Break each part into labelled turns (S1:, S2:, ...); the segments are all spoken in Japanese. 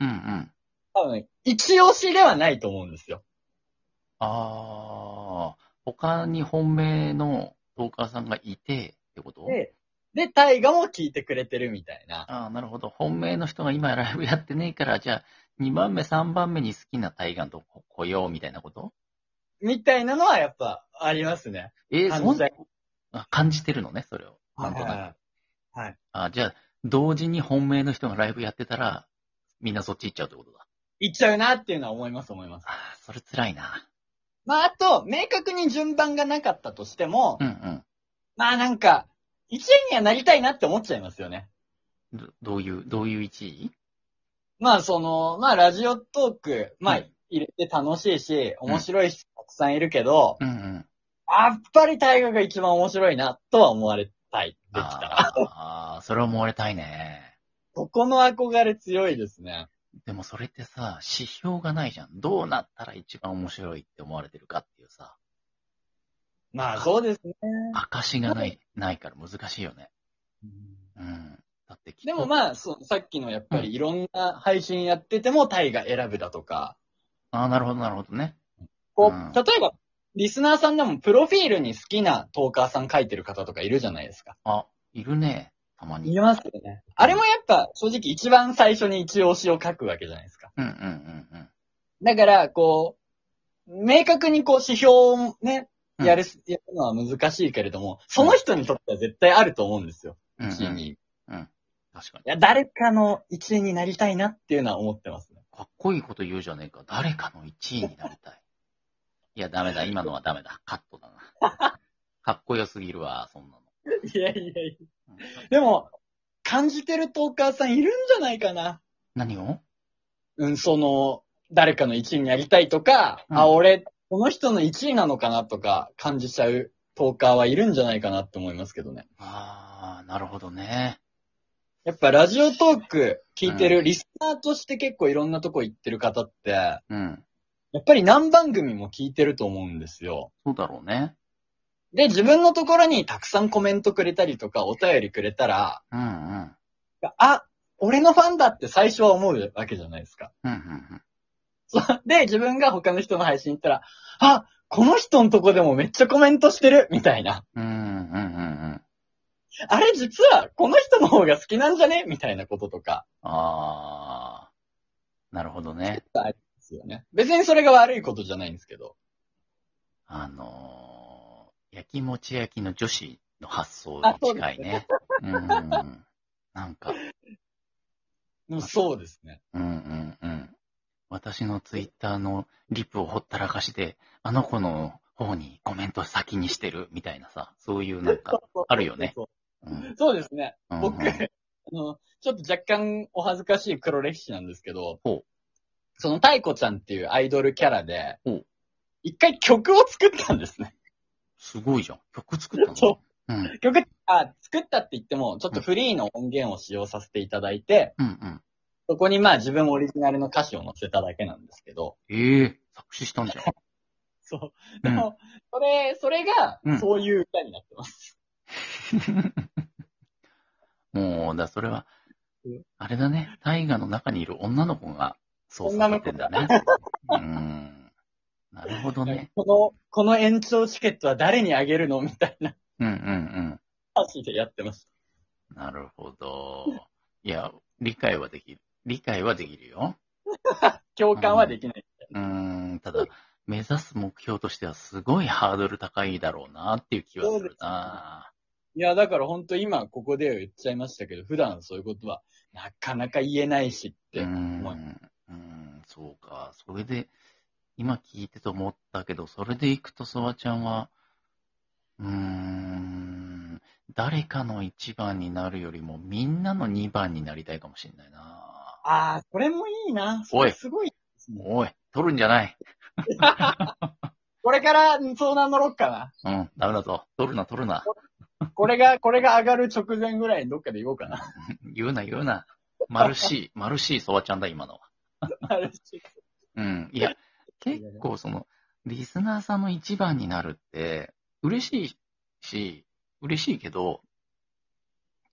S1: うんうん。
S2: 多分、一押しではないと思うんですよ。
S1: ああ、他に本命のトーカーさんがいてってこと
S2: で、で、大河も聞いてくれてるみたいな。
S1: ああ、なるほど。本命の人が今ライブやってねえから、じゃあ、2番目、3番目に好きなタイガーとこ来ようみたいなこと
S2: みたいなのはやっぱありますね。
S1: えー、
S2: 感
S1: そん
S2: じた
S1: ない感じてるのね、それを。なんとなく。
S2: はいはいはいはい
S1: あじゃあ、同時に本命の人がライブやってたら、みんなそっち行っちゃうってことだ。
S2: いっちゃうなっていうのは思います思います。
S1: ああ、それ辛いな。
S2: まあ、あと、明確に順番がなかったとしても、
S1: うんうん。
S2: まあなんか、一位にはなりたいなって思っちゃいますよね。
S1: どどういう、どういう1位
S2: まあその、まあラジオトーク、まあ
S1: うん
S2: 入れて楽しいし、面白い人たくさんいるけど、
S1: うんうん。
S2: やっぱり大河が一番面白いなとは思われたい。できたら。
S1: あーあー、それ思われたいね。
S2: ここの憧れ強いですね。
S1: でもそれってさ、指標がないじゃん。どうなったら一番面白いって思われてるかっていうさ、
S2: まあそうですね。
S1: 証がない、ないから難しいよね。うん。だってきっと
S2: でもまあ、そう、さっきのやっぱりいろんな配信やっててもタイが選ぶだとか、
S1: ああ、なるほど、なるほどね。
S2: こ
S1: うん
S2: う、例えば、リスナーさんでもプロフィールに好きなトーカーさん書いてる方とかいるじゃないですか。
S1: あ、いるね。たまに。
S2: いますよね。あれもやっぱ正直一番最初に一押しを書くわけじゃないですか。
S1: うんうんうん
S2: だから、こう、明確にこう指標をね、
S1: うん
S2: やる、やるのは難しいけれども、その人にとっては絶対あると思うんですよ。
S1: うん。
S2: 1位に。
S1: うん。う
S2: い
S1: ん。確かに。
S2: や、誰かの1位になりたいなっていうのは思ってますね。
S1: かっこいいこと言うじゃねえか。誰かの1位になりたい。いや、ダメだ。今のはダメだ。カットだな。 かっこよすぎるわ、そんなの。
S2: いやいやい
S1: う
S2: や。
S1: ん
S2: でも、感じてるトーカーさんいるんじゃないかな。
S1: 何を
S2: うん、その、誰かの1位になりたいとか、
S1: うん
S2: あ、俺、この人の1位なのかなとか感じちゃうトーカーはいるんじゃないかなって思いますけどね。
S1: ああ、なるほどね。
S2: やっぱラジオトーク聞いてるリスナーとして結構いろんなとこ行ってる方って、や
S1: うん。
S2: っぱり何番組も聞いてると思うんですよ。
S1: そうだろうね。
S2: で、自分のところにたくさんコメントくれたりとかお便りくれたら、
S1: うんうん。
S2: あ、俺のファンだって最初は思うわけじゃないですか。
S1: うんうん
S2: そう。で、自分が他の人の配信行ったら、あ、この人のとこでもめっちゃコメントしてるみたいな。
S1: うん。うんうんうんうん。
S2: あれ実はこの人の方が好きなんじゃねみたいなこととか。
S1: ああ、なるほどね。
S2: ですよね。別にそれが悪いことじゃないんですけど。
S1: あのー、焼きもち焼きの女子の発想
S2: あ
S1: に近いね。うん。なんか、
S2: でもそうですね。
S1: うんうんうん。私のツイッターのリプをほったらかして、あの子の方にコメント先にしてるみたいなさ、そういうなんか、あるよね。
S2: そ
S1: う
S2: う
S1: ん
S2: そうですね。
S1: うんうん
S2: 僕、あの、ちょっと若干お恥ずかしい黒歴史なんですけど
S1: ほう、
S2: その太鼓ちゃんっていうアイドルキャラで
S1: ほう、
S2: 一回曲を作ったんですね。
S1: すごいじゃん。曲作ったの。
S2: そう
S1: うん。
S2: 曲、あ、作ったって言っても、ちょっとフリーの音源を使用させていただいて、
S1: うんうん。
S2: そこにまあ自分オリジナルの歌詞を載せただけなんですけど、
S1: ええ作詞したんじゃん。
S2: そう。 でも、それ、それが
S1: うん、
S2: そういう歌になってます。
S1: もう、だ、それは
S2: うん、
S1: あれだね、大河の中にいる女の子が操作されてんだね。うーん。なるほどね。
S2: この、この延長チケットは誰にあげるのみたいな
S1: うんうんうん。
S2: 歌詞でやってました。
S1: なるほど。いや、理解はできる。理解はできるよ。
S2: 共感はできない。
S1: うーん、ただ、目指す目標としてはすごいハードル高いだろうなっていう気はするな。
S2: いや、だから本当今ここで言っちゃいましたけど、普段そういうことはなかなか言えないしって
S1: うー
S2: 思います。
S1: ん、うーんそうか。それで、今聞いてと思ったけど、それで行くと、そばちゃんは、うーん、誰かの1番になるよりも、みんなの2番になりたいかもしれないな。
S2: ああ、これもいいな。
S1: おい
S2: それすごいですね。
S1: おい、取るんじゃない。
S2: これから相談乗ろっかな。
S1: うん、ダメだぞ。取るな、取るな。
S2: これ が、これが上がる直前ぐらいにどっかで言おうか な。
S1: 言うな、言う な。マルシー、マルシー、そばちゃんだ、今のは。
S2: あれ
S1: うん。いや、結構その、リスナーさんの一番になるって、嬉しいし、嬉しいけど、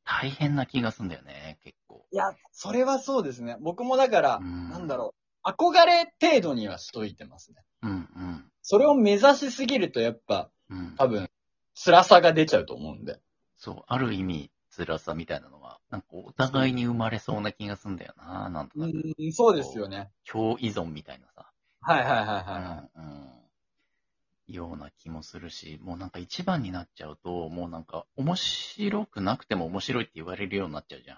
S1: 大変な気がすんだよね、結構。
S2: いや、それはそうですね。僕もだから、
S1: うん
S2: なんだろう。憧れ程度にはしといてますね。
S1: うんうん。
S2: それを目指しすぎるとやっぱ、
S1: うん、
S2: 多分、辛さが出ちゃうと思うんで。
S1: そう、ある意味、辛さみたいなのは、なんかお互いに生まれそうな気がすんだよな、なんと
S2: う
S1: なく。
S2: ん、そうですよね。
S1: 強依存みたいなさ。
S2: はいはいはいはい。
S1: うんうん、ような気もするし、もうなんか一番になっちゃうと、もうなんか面白くなくても面白いって言われるようになっちゃうじゃん。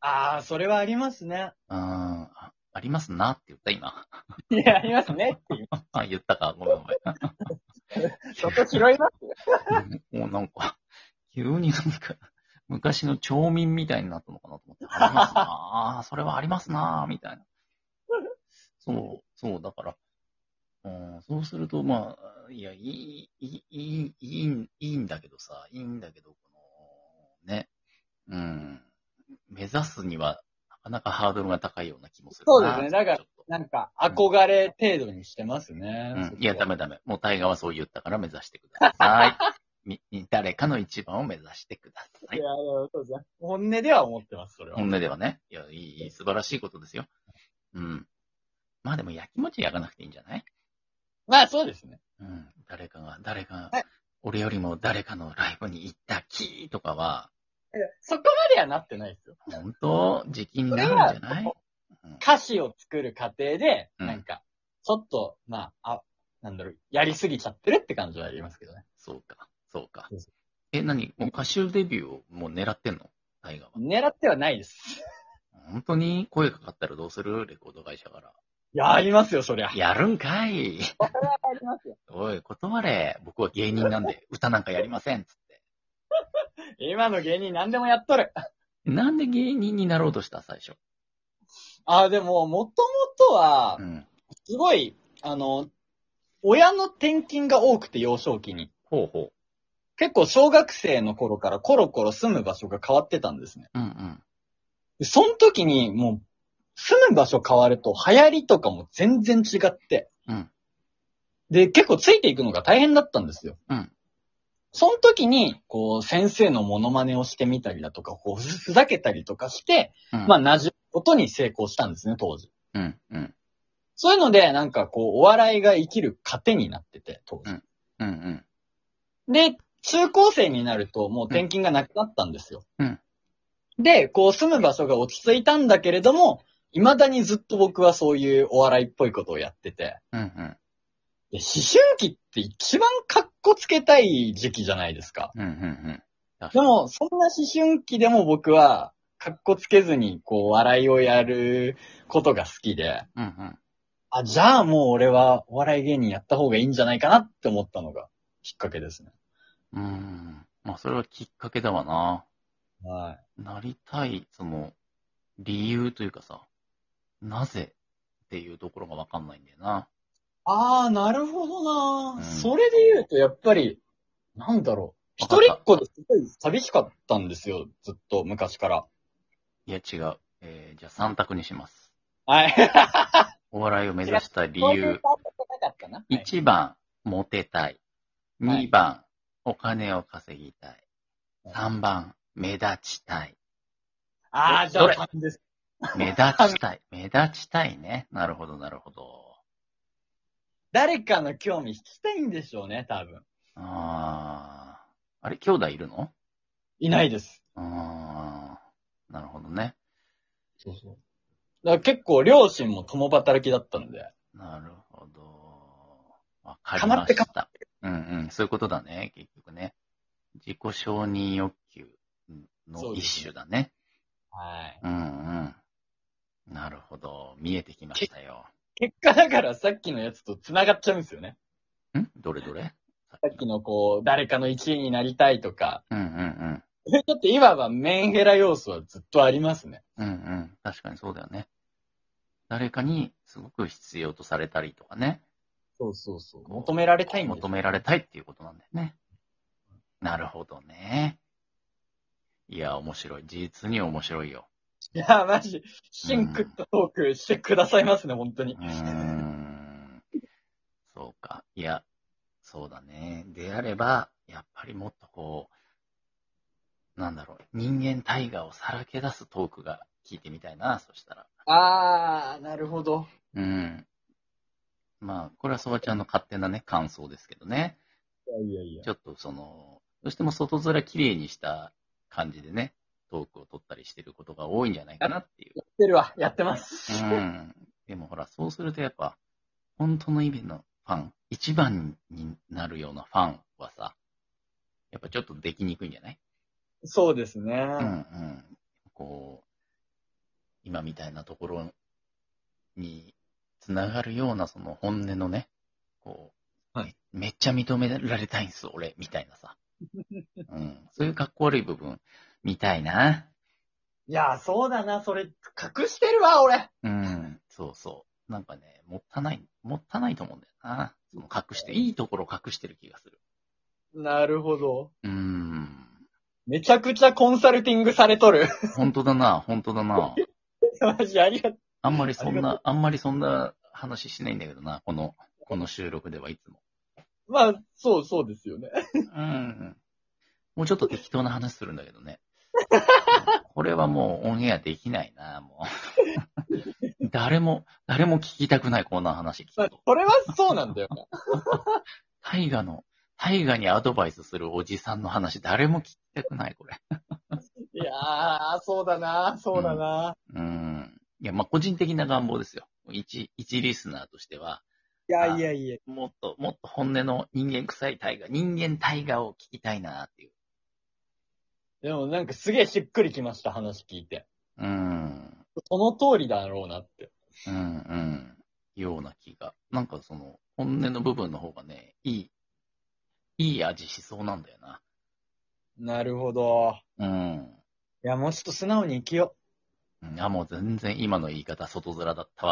S2: ああ、それはありますね。
S1: うん、あありますなって言った今。
S2: いや、ありますね。
S1: あ、言ったか、ごめんごめん。
S2: そこ拾います
S1: うん もうなんか、急になんか、昔の町民みたいになったのかなと思って、ありますなあ、それはありますなあ、みたいな。そう、そう、だから、うん、そうすると、まあ、いや、いい、いい、いい、いいんいいんだけどさ、いいんだけど、この、ね、うん、目指すには、なかなかハードルが高いような気もするな。
S2: そうですねだから
S1: ちょっと
S2: なんか、憧れ程度にしてますね。
S1: う
S2: そこ
S1: ん
S2: は、
S1: いや、ダメダメ。もう大河はそう言ったから目指してくださ い。み誰かの一番を目指してくださ
S2: い
S1: い
S2: や、。そうですね。本音では思ってます、それは。
S1: 本音ではね。いや、いいいい、素晴らしいことですよ。うん。まあでも、やきもち焼かなくていいんじゃない
S2: まあ、そうですね。
S1: うん。誰かが、誰か
S2: はい、
S1: 俺よりも誰かのライブに行ったきとかは、
S2: そこまではなってないですよ。
S1: 本当時期になるんじゃないうん
S2: 歌詞を作る過程で、
S1: うん
S2: なんか、ちょっと、まあ、あ、なんだろう、やりすぎちゃってるって感じはありますけどね。
S1: そうか、そうか
S2: そうそ。
S1: え、何もう歌手デビューをもう狙ってんの大河は。
S2: 狙ってはないです。
S1: 本当に声かかったらどうするレコード会社から。
S2: いや、ありますよ、そりゃ。
S1: やるんかい。
S2: ありますよ。
S1: おい、断れ。僕は芸人なん で、歌なんかやりません。つって。
S2: 今の芸人何でもやっとる。
S1: なんで芸人になろうとした最初。
S2: あ、でも、もともとは
S1: う、ん。
S2: すごい、あの、親の転勤が多くて、幼少期に。
S1: ほうほ
S2: 結構小学生の頃からコロコロ住む場所が変わってたんですね。
S1: う。うんうん。
S2: でその時にもう住む場所変わると流行りとかも全然違って。
S1: うん
S2: で、結構ついていくのが大変だったんですよ。
S1: うん
S2: その時に、こう、先生のモノマネをしてみたりだとか、こう、ふふざけたりとかして、
S1: うん。
S2: まあ、馴染むことに成功したんですね、当時。
S1: うんうん。
S2: そういうので、なんかこう、お笑いが生きる糧になってて、当
S1: う
S2: 時。
S1: んうん。
S2: で、中高生になるともう転勤がなくなったんですよ。
S1: うん
S2: で、こう住む場所が落ち着いたんだけれども、未だにずっと僕はそういうお笑いっぽいことをやってて、
S1: うんうん。
S2: で思春期って一番格好つけたい時期じゃないですか。
S1: うんうんうん。
S2: でも、そんな思春期でも僕は、格好つけずに、こう、笑いをやることが好きで、
S1: うんうん。
S2: あ、じゃあもう俺はお笑い芸人やった方がいいんじゃないかなって思ったのがきっかけですね。
S1: うーん。まあ、それはきっかけだわな。
S2: は
S1: なりたい、その、理由というかさ、なぜっていうところがわかんないんだよな。
S2: ああ、なるほどな、
S1: うん
S2: それで言うと、やっぱり、なんだろう。
S1: わ
S2: 一
S1: かった
S2: 人っ子ですごい寂しかったんですよ。ずっと昔から。
S1: いや、違う。えー、じゃあ3択にします。
S2: はい。
S1: お笑いを目指した理
S2: そういう
S1: 由
S2: 感。覚なかったな。はい、
S1: 1番、モテたい。
S2: はい
S1: 2番、お金を稼ぎたい。
S2: はい
S1: 3番、目立ちた い。
S2: ああ、じゃ
S1: ど
S2: あ
S1: れ
S2: 勘です。
S1: 目立ちたい。目立ちたいね。なるほど、なるほど。
S2: 誰かの興味引きたいんでしょうね、多分。
S1: あー。あれ、兄弟いるの
S2: いないです。
S1: あー。なるほどね。
S2: そうそう。だから結構、両親も共働きだったんで。
S1: なるほど。わかりま
S2: かまっ
S1: した。うんうん。そういうことだね、結局ね。自己承認欲求の一種だね。
S2: はい。
S1: うんうん。なるほど。見えてきましたよ。
S2: 結果だから、さっきのやつと繋がっちゃうんですよね。
S1: んどれどれ
S2: さっきのこう、誰かの一位になりたいとか。
S1: うんうんうん。
S2: だって、いわばメンヘラ要素はずっとありますね。
S1: うんうん。確かにそうだよね。誰かにすごく必要とされたりとかね。
S2: そうそうそう。求められたいんだ
S1: 求められたいっていうことなんだよね。なるほどね。いや、面白い。実に面白いよ。
S2: いや、マジ、芯食ったトークしてくださいますね、本当に
S1: う。ーん。そうか。いや、そうだね。であれば、やっぱりもっとこなんだろう、人間大河をさらけ出すトークが聞いてみたいな、そしたら。
S2: あー、なるほど。
S1: うん。まあ、これはそばちゃんの勝手なね、感想ですけどね。
S2: いやいやいや
S1: ち。ょっとその、どうしても外面きれいにした感じでね、トークを取ったりしてることが多いんじゃないかなっていう。
S2: やってるわ。やってます。
S1: うん。でもほら、そうするとやっぱ、本当の意味のファン、一番になるようなファンはさ、やっぱちょっとできにくいんじゃない
S2: そうですね。
S1: うんうん。こう、今みたいなところにつながるようなその本音のね、こう、
S2: はい
S1: めめっちゃ認められたいんす、俺、みたいな さ。うん、そういうかっこ悪い部分、見たいな。
S2: いや、そうだな。それ、隠してるわ、俺。
S1: うん、そうそう。なんかね、もったない、もったないと思うんだよな。その隠して、いいところ隠してる気がする。
S2: なるほど。
S1: うん。
S2: めちゃくちゃコンサルティングされとる。
S1: 本当だな、本当だな。
S2: マジありがと
S1: あんまりそん
S2: ありが
S1: な、あんまりそんな話しないんだけどな、この、この収録ではいつも。
S2: う。まあ、そうそうですよね。
S1: うん。もうちょっと適当な話するんだけどね。これはもうオンエアできないな、もう。 誰も、誰も聞きたくない、こんな話
S2: ま
S1: 聞
S2: あ
S1: くと。、
S2: それはそうなんだよな。
S1: 大河の、大河にアドバイスするおじさんの話、誰も聞きたくない、これ。
S2: いやー、そうだな。そうだな。
S1: うん。いや、まあ、個人的な願望ですよ。一、一リスナーとしては、
S2: いやいやいや。
S1: もっと、もっと本音の人間臭い大河、人間大河を聞きたいな、っていう。
S2: でもなんかすげえしっくりきました、話聞いて。
S1: うん。
S2: その通りだろうなって。
S1: うんうん。ような気が。なんかその、本音の部分の方がね、いい、いい味しそうなんだよな。
S2: なるほど。
S1: うん。
S2: いや、もうちょっと素直に生きよう。
S1: いや、もう全然今の言い方、外面だったわ。